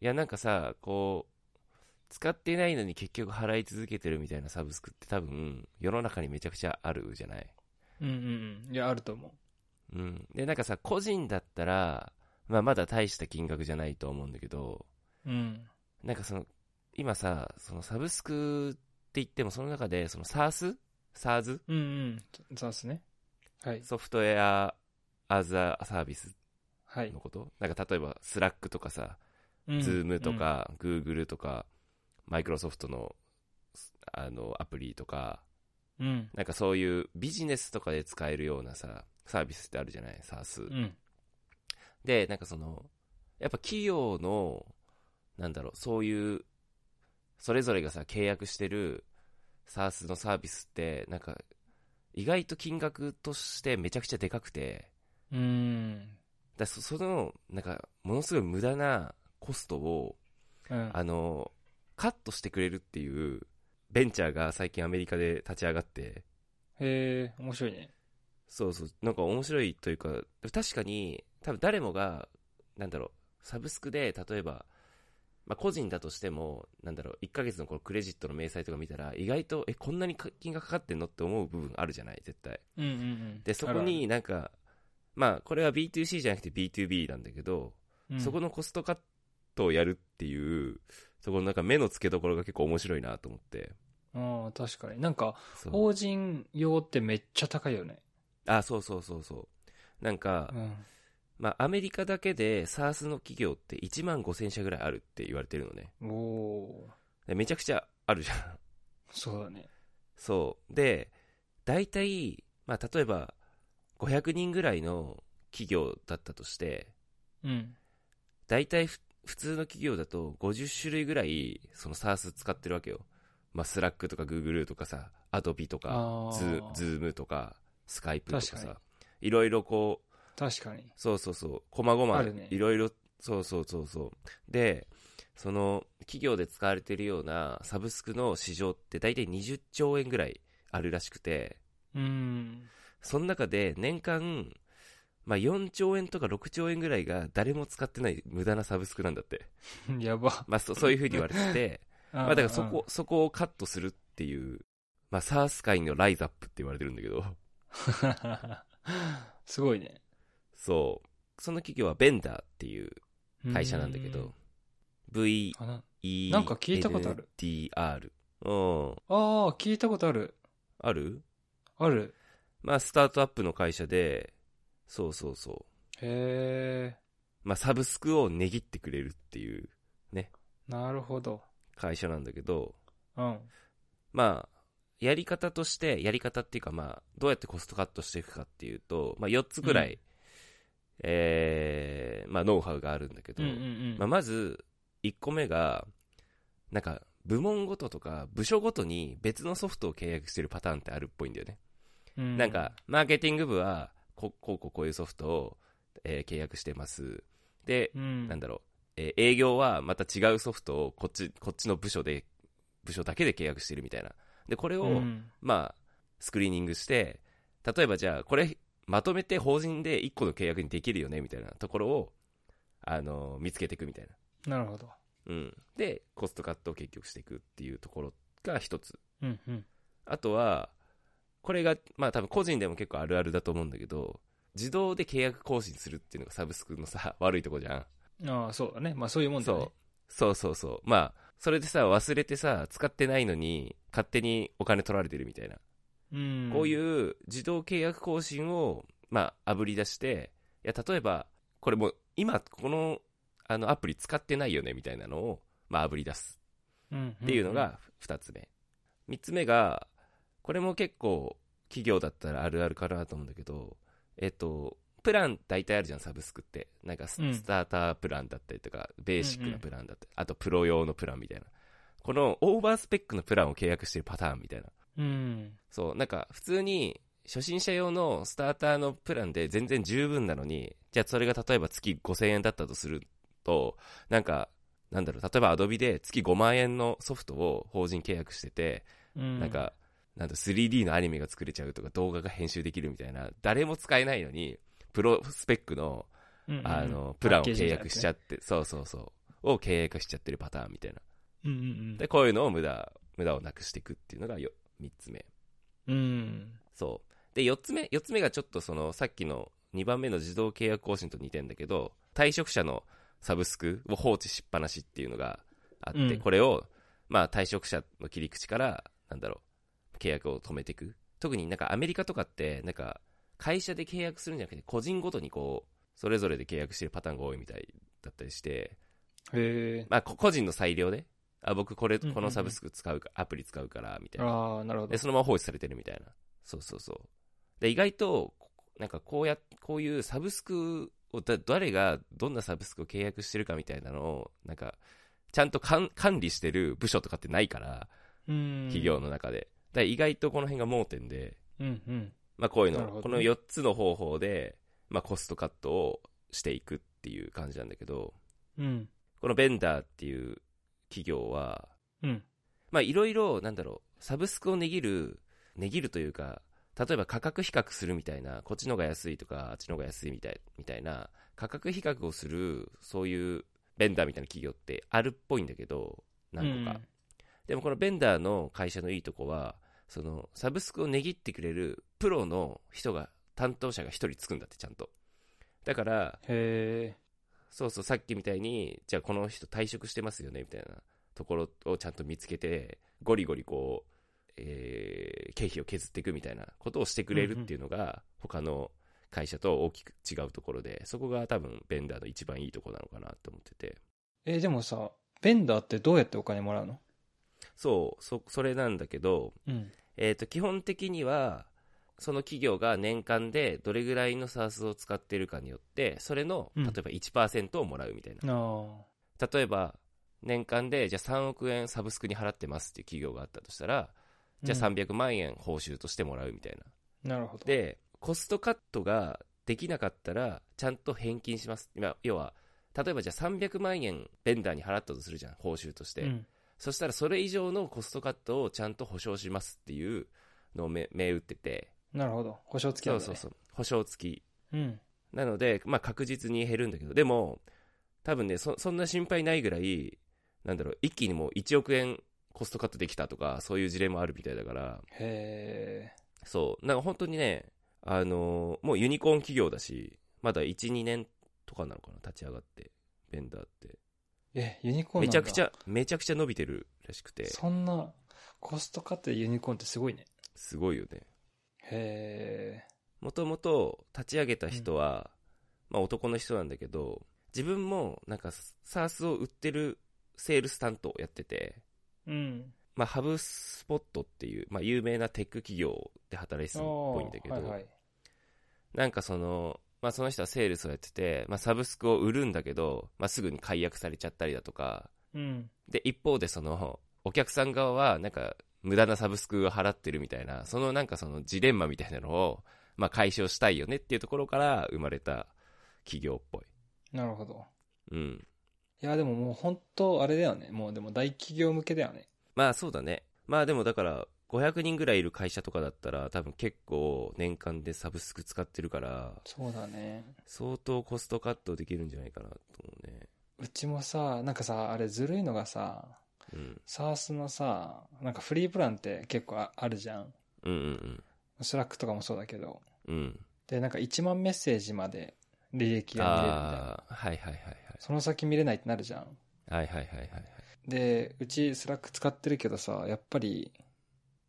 いや、なんかさ、こう、使ってないのに結局払い続けてるみたいなサブスクって多分、世の中にめちゃくちゃあるじゃない。うんうんうん。いや、あると思う。うん。で、なんかさ、個人だったら、まあまだ大した金額じゃないと思うんだけど、うん。なんかその、今さ、そのサブスクって言ってもその中で、その SARS? SARS? うんうん。そうですね。はい。ソフトウェア・アザー・サービスはいの。こと、なんか例えば、スラックとかさ、うん Zoom と。か、Google とか、Microsoft の、あの、アプリとか、うん。なんかそういうビジネスとかで使えるようなさ、サービスってあるじゃない ?SARS。うん。で、なんかその、やっぱ企業の、なんだろう、そういう、それぞれがさ、契約してる SARS のサービスって、なんか、意外と金額としてめちゃくちゃでかくて、うん。うん。だそその、なんか、ものすごい無駄なコストを、うんあの、カットしてくれるっていう、ベンチャーが最近アメリカで立ち上がって、へえ、面白いね。そうそう、なんか面白いというか、確かに、多分誰もが、なんだろう、サブスクで、例えば、まあ、個人だとしても、なんだろう、1ヶ月のこのクレジットの明細とか見たら、意外と、え、こんなにか金額かかってんのって思う部分あるじゃない、絶対。うんうんうん。で、そこになんか、まあ、これは B2C じゃなくて B2B なんだけど、あるある、そこのコストカットをやるっていう、そこのなんか目の付けどころが結構面白いなと思って。うん。ああ、確かに。なんか、そう法人用ってめっちゃ高いよね。あ、そうそうそうそう。なんか、うん。まあ、アメリカだけで SARS の企業って1万5千社ぐらいあるって言われてるのね。おおでめちゃくちゃあるじゃん。 ーそうだね。そう。で、大体、まあ、例えば、500人ぐらいの企業だったとして、うん。大体ふ普通の企業だと50種類ぐらい、その SARS 使ってるわけよ。まあ、スラックとか Google とかさ、Adobe とか、ああ。ズームとか、Skype とか確かにさ、いろいろこう、確かに。そうそうそう、こまごまあるね、いろいろ、そうそうそうそう。で、その、企業で使われてるようなサブスクの市場って大体20兆円ぐらいあるらしくて、うん。 その中で年間、まあ、4兆円とか6兆円ぐらいが誰も使ってない無駄なサブスクなんだって。やば。まあ、そそういうふうに言われて て、ままあ、だからそこ、。そこをカットするっていう、まあ、サース界のライズアップって言われてるんだけど、 すごいね。そう。その企業はベンダーっていう会社なんだけうど、V あな E なんか聞いたことある DR。うん。あー、聞いたことある。あるある。まあ、スタートアップの会社で、そうそうそへう。まあ、サブスクを値切ってくれるっていうえ、なるほど。会社なんだけど、うん。まあ、やり方として、やり方っていうかまあ、どうやってコストカットしていくかっていうと、まあ、4つぐらい、うえーまあ、ノウハウがあるんだけうど、んうんまあ、まず、1個目が、なんか、部門ごととか、部署ごとに別のソフトを契約してるパターンってあるっぽいんだよね。うん。なんか、、マーケティング部は、ここうこうこういうソフトを、えー契約してます。で、うん。なんだ。だろう、えー営業はまた違うソフトをこっち、こっちの部署で、部署だけで契約してるみたいな。で、これを、うん。まあ、スクリーニングして、例えばじゃあ、これ、まとめて法人で1個の契約にできるよね、みたいなところを、あのー見つけていくみたいな。なるほど。うん。で、コストカットを結局していくっていうところが一つ。うんうん。あとは、これが、まあ多分個人でも結構あるあるだと思うんだけど、自動で契約更新するっていうのがサブスクのさ、悪いとこじゃん。ああ、そうだね。まあそういうもんだそね。う。そうそうそう。まあ、それでさ、忘れてさ、使ってないのに、勝手にお金取られてるみたいな。う。うん。こういう自動契約更新を、まあ、あぶり出して、いや、例えば、これもう今、この、あの、アプリ使ってないよね、みたいなのを、まあ、あぶり出す。うん、っていうのが2つ目3つ目がこれも結構企業だったらあるあるかなと思うんだけどえっとプラン大体あるじゃんサブスクってなんかス,、うんタータープランだったりとかベーシックうんうなんプランだったり、あとプロ用のプランみたいなこのオーバースペックのプランを契約してるパターンみたいなうん。うん。そうなんか普通に初心者用のスターターのプランで全然十分なのにじゃあそれが例えば月5000円だったとするとなんかなんだろう例えば Adobe で月5万円のソフトを法人契約してて、うん。なん、かなんだ 3D のアニメが作れちゃうとか動画が編集できるみたいな誰も使えないのにプロスペックのうんうんあのプランを契約しちゃう。ってそうそうそうを経営化しちゃってるパターンみたいな。うんうんで、こういうのを無駄、無駄をなくしていくっていうのがよ3つ目。うん。うん。そう。で、4つ目、4つ目がちょっとその、さっきの2番目の自動契約更新と似てんだけど、退職者のサブスクを放置しっぱなしっていうのがあって、うんこれを、まあ、退職者の切り口から、なんだろう、契約を止めていく。特になんかアメリカとかって、なんか、会社で契約するんじゃなくて、個人ごとにこう、それぞれで契約してるパターンが多いみたいだったりして、へえ。まあ、こ個人の裁量で、あ、僕これ、うんうんうんこのサブスク使うか、アプリ使うから、みたいな。ああ、なるほどで、。そのまま放置されてるみたいな。そうそうそう。で、意外と、こなんかこうや、こういうサブスクをだ、誰がどんなサブスクを契約してるかみたいなのを、なんか、ちゃんとかん管理してる部署とかってないから、うん。企業の中で。だから意外とこの辺が盲点で、うんうん。まあこういうなるほの、どこの4つの方法で、まあコストカットをしていくっていう感じなんだけど、うん。このベンダーっていう企業は、うん。まあいろいろ、なんだろう、サブスクを値切る、値切るというか、例えば価格比較するみたいな、こっちのが安いとか、あっちのが安いみたいみたいな、価格比較をする、そういうベンダーみたいな企業ってあるっぽいんだけど、何個か。でもこのベンダーの会社のいいとこは、そのサブスクを値切ってくれるプロの人が、担当者が一人つくんだって、ちゃんと。だから、へえ。そうそう、さっきみたいに、じゃあこの人退職してますよね、みたいなところをちゃんと見つけて、ゴリゴリこう、えー経費を削っていくみたいなことをしてくれるっていうのが、他の会社と大きく違うところで、そこが多分、ベンダーの一番いいところなのかなと思ってて。えー、でもさ、ベンダーってどうやってお金もらうのそう、そ、それなんだけど、うん。えっ、と、基本的には、その企業が年間でどれぐらいの s a ス s を使ってるかによって、それの、うん例えば1%をもらうみたいな。ああ。例えば年間でじゃあ3億円サブスクに払ってますっていう企業があったとしたらじゃあうん300万円報酬としてもらうみたいな、なるほど。、でコストカットができなかったらちゃんと返金します今要は例えばじゃあ300万円ベンダーに払ったとするじゃん報酬として、うん。そしたらそれ以上のコストカットをちゃんと保証しますっていうのをめ銘打っててなるほど。保証付きそなうんだそうねそう保証付きうん。なので、まあ、確実に減るんだけど、でも、多分ね、そそんな心配ないぐらい、なんだろう、一気にもう1億円コストカットできたとか、そういう事例もあるみたいだから、へえ。そう、なんか本当にね、あのーもうユニコーン企業だし、まだ1、2年とかなのかな、立ち上がって、ベンダーって。え、ユニコーンなめんちだゃくちゃ、めちゃくちゃ伸びてるらしくて、そんな、コストカットでユニコーンってすごいね。すごいよね。へもともと立ち上げた人は、まあ男の人なんだけど、自分もなんか SARS を売ってるセールス担当をやってて、え。うん。まあ、ハブスポットっていう、まあ、有名なテック企業で働いてたっぽいんだけど、はいはい。なんかその、まあ、その人はセールスをやってて、まあ、サブスクを売るんだけど、まあ、すぐに解約されちゃったりだとか、うん。で、一方でその、お客さん側は、なんか、無駄なサブスクを払ってるみたいな、そのなんかそのジレンマみたいなのを、まあ、解消したいよねっていうところから生まれた企業っぽい。なるほど。うん。いや、でももう本当あれだよね。もうでも大企業向けだよね。まあそうだね。まあでもだから、500人ぐらいいる会社とかだったら、多分結構年間でサブスク使ってるから、そうだね。相当コストカットできるんじゃないかなと思うね。うちもさ、なんかさ、あれずるいのがさ、うん。サースのさ、なんかフリープランって結構ああるじゃん。うんうんスラックとかもそうだけど。うん。うん。で、なんか1万メッセージまで履歴が見れるみたいな。ああ、はいはいはいその先見れないってなるじゃん。はい。はいはいはいはいはい。で、うちスラック使ってるけどさ、やっぱり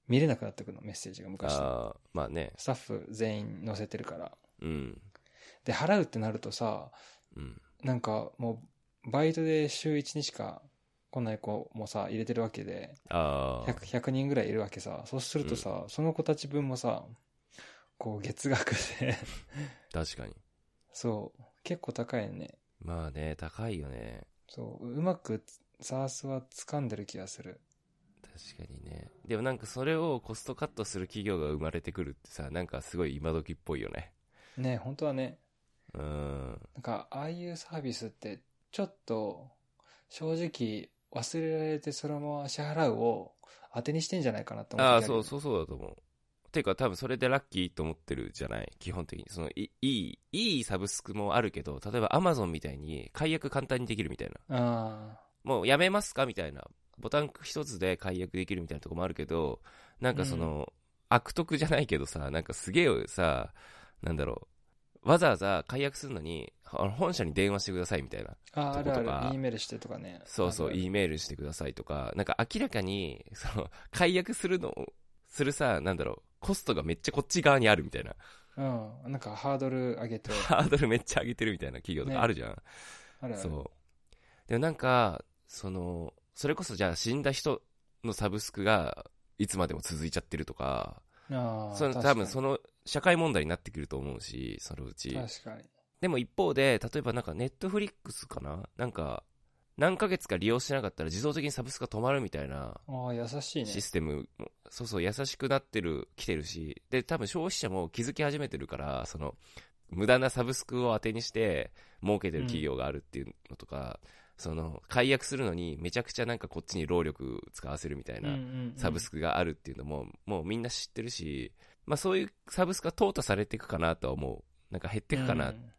見れなくなってくるの、メッセージが昔の。ああ、まあね。スタッフ全員載せてるから。うん。で、払うってなるとさ、うん。なんかもう、バイトで週1にしか来ない子もさ、入れてるわけで、ああ。 100, 100人ぐらいいるわけさ。そうするとさ、その子たち分もさ、こう月額で、 確かに。そう、結構高いね。まあね、高いよね。そう、うまくサースは掴んでる気がする。確かにね。でもなんかそれをコストカットする企業が生まれてくるってさ、なんかすごい今時っぽいよね。ね本当はね、うん。なんか、ああいうサービスって、ちょっと、正直、忘れられてそのまま支払うを当てにしてんじゃないかなと思ああ、時るそうそうそうだと思う。ていうか多分それでラッキーと思ってるじゃない基本的に。そのいいい、いいサブスクもあるけど、例えば Amazon みたいに解約簡単にできるみたいな。あもうやめますかみたいな。ボタン一つで解約できるみたいなとこもあるけど、なんかその、悪徳じゃないけどさ、なんかすげえさ、なんだろう。わざわざ解約するのに、あの本社に電話してくださいみたいな。ーあー、あとことかるある。E メールしてとかね。そうそあう、るある E メールしてくださいとか、なんか明らかに、 その、解約するの、するさ、なんだろう、コストがめっちゃこっち側にあるみた いな。うん。なんかハードル上 げて。ハードルめっちゃ上げてるみたいな企業とかあるじゃん。あるある。そう。でもなんか、その、それこそじゃあ死んだ人のサブスクが、いつまでも続いちゃってるとか、ああ。その多分のその社会問題になってくると思うし、そのうち。確かに。でも一方で、例えばなんかネットフリックスかななんか、何ヶ月か利用してなかったら自動的にサブスクが止まるみたいなああ、優しいねシ。ステムも、そうそう優しくなってる、来てるし、で、多分消費者も気づき始めてるから、その、無駄なサブスクを当てにして、儲けてる企業があるっていうのとか、その、解約するのにめちゃくちゃなんかこっちに労力使わせるみたいな、サブスク。クがあるっていうのも、もうみんな知ってるし、まあそういうサブスクが淘汰されていくかなとは思う。なんか減っていくかな。うん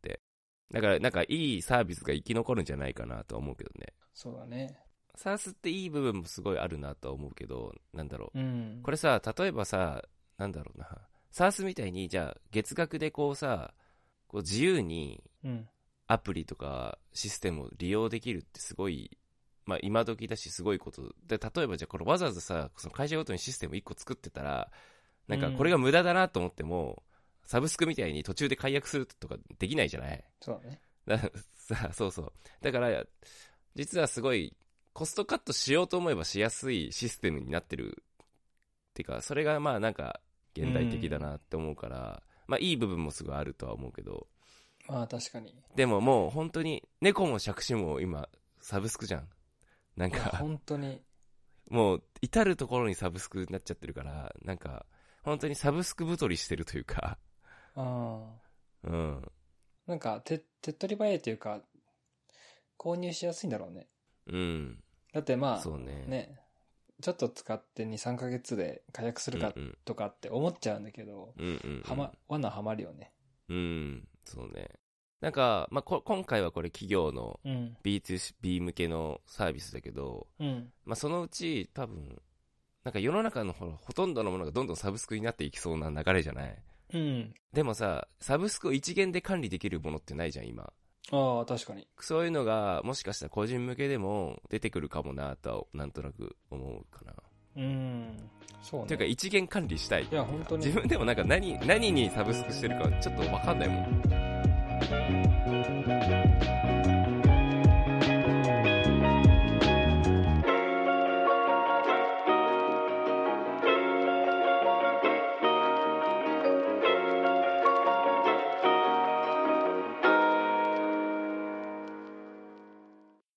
だからなんかいいサービスが生き残るんじゃないかなとは思うけどね。そうだね。サースっていい部分もすごいあるなとは思うけど、なんだろう。うん。これさ例えばさなんだろうな SARS みたいにじゃあ月額でこうさこう自由にれ、うん。アプリとかシステムを利用できるってすごい、まあ、今時だしすごいことで例えばじゃあこれわざわざさその会社ごとにシステム1個作ってたらなんかうんこれが無駄だなと思っても、サブスクみたいに途中で解約するとかできないじゃない そうだだね。さそうそうだから実はすごいコストカットしようと思えばしやすいシステムになってるっていうかそれがまあなんか現代的だなって思うから、まあいい部分もすごいあるとは思うけどまあ確かに。でももう本当に猫も借子も今サブスクじゃんなんいや、か本当に。もう至る所にサブスクになっちゃってるからなんか本当にサブスク太りしてるというかああ。うんなんか、手、手っ取り早いというか、購入しやすいんだろうね。うんだってまそうあ、ねね、ちょっと使って2、3ヶ月で解約すうるんかうんとかって思っちゃうんだけど、うんうんうんはま、罠はまるよね。うん、そうね。なんか、まあ、こ今回はこれ企業のうん。 B2B 向けのサービスだけど、うん。まあ、そのうち多分、なんか世の中のほらほとんどのものがどんどんサブスクになっていきそうな流れじゃないうん。でもさ、サブスクを一元で管理できるものってないじゃん、今。ああ、確かに。そういうのが、もしかしたら個人向けでも出てくるかもなとは、なんとなく思うかな。うん。そうね。というか、一元管理したい。いや、本当に。自分でもなんか何、何にサブスクしてるかちょっとわかんないもん。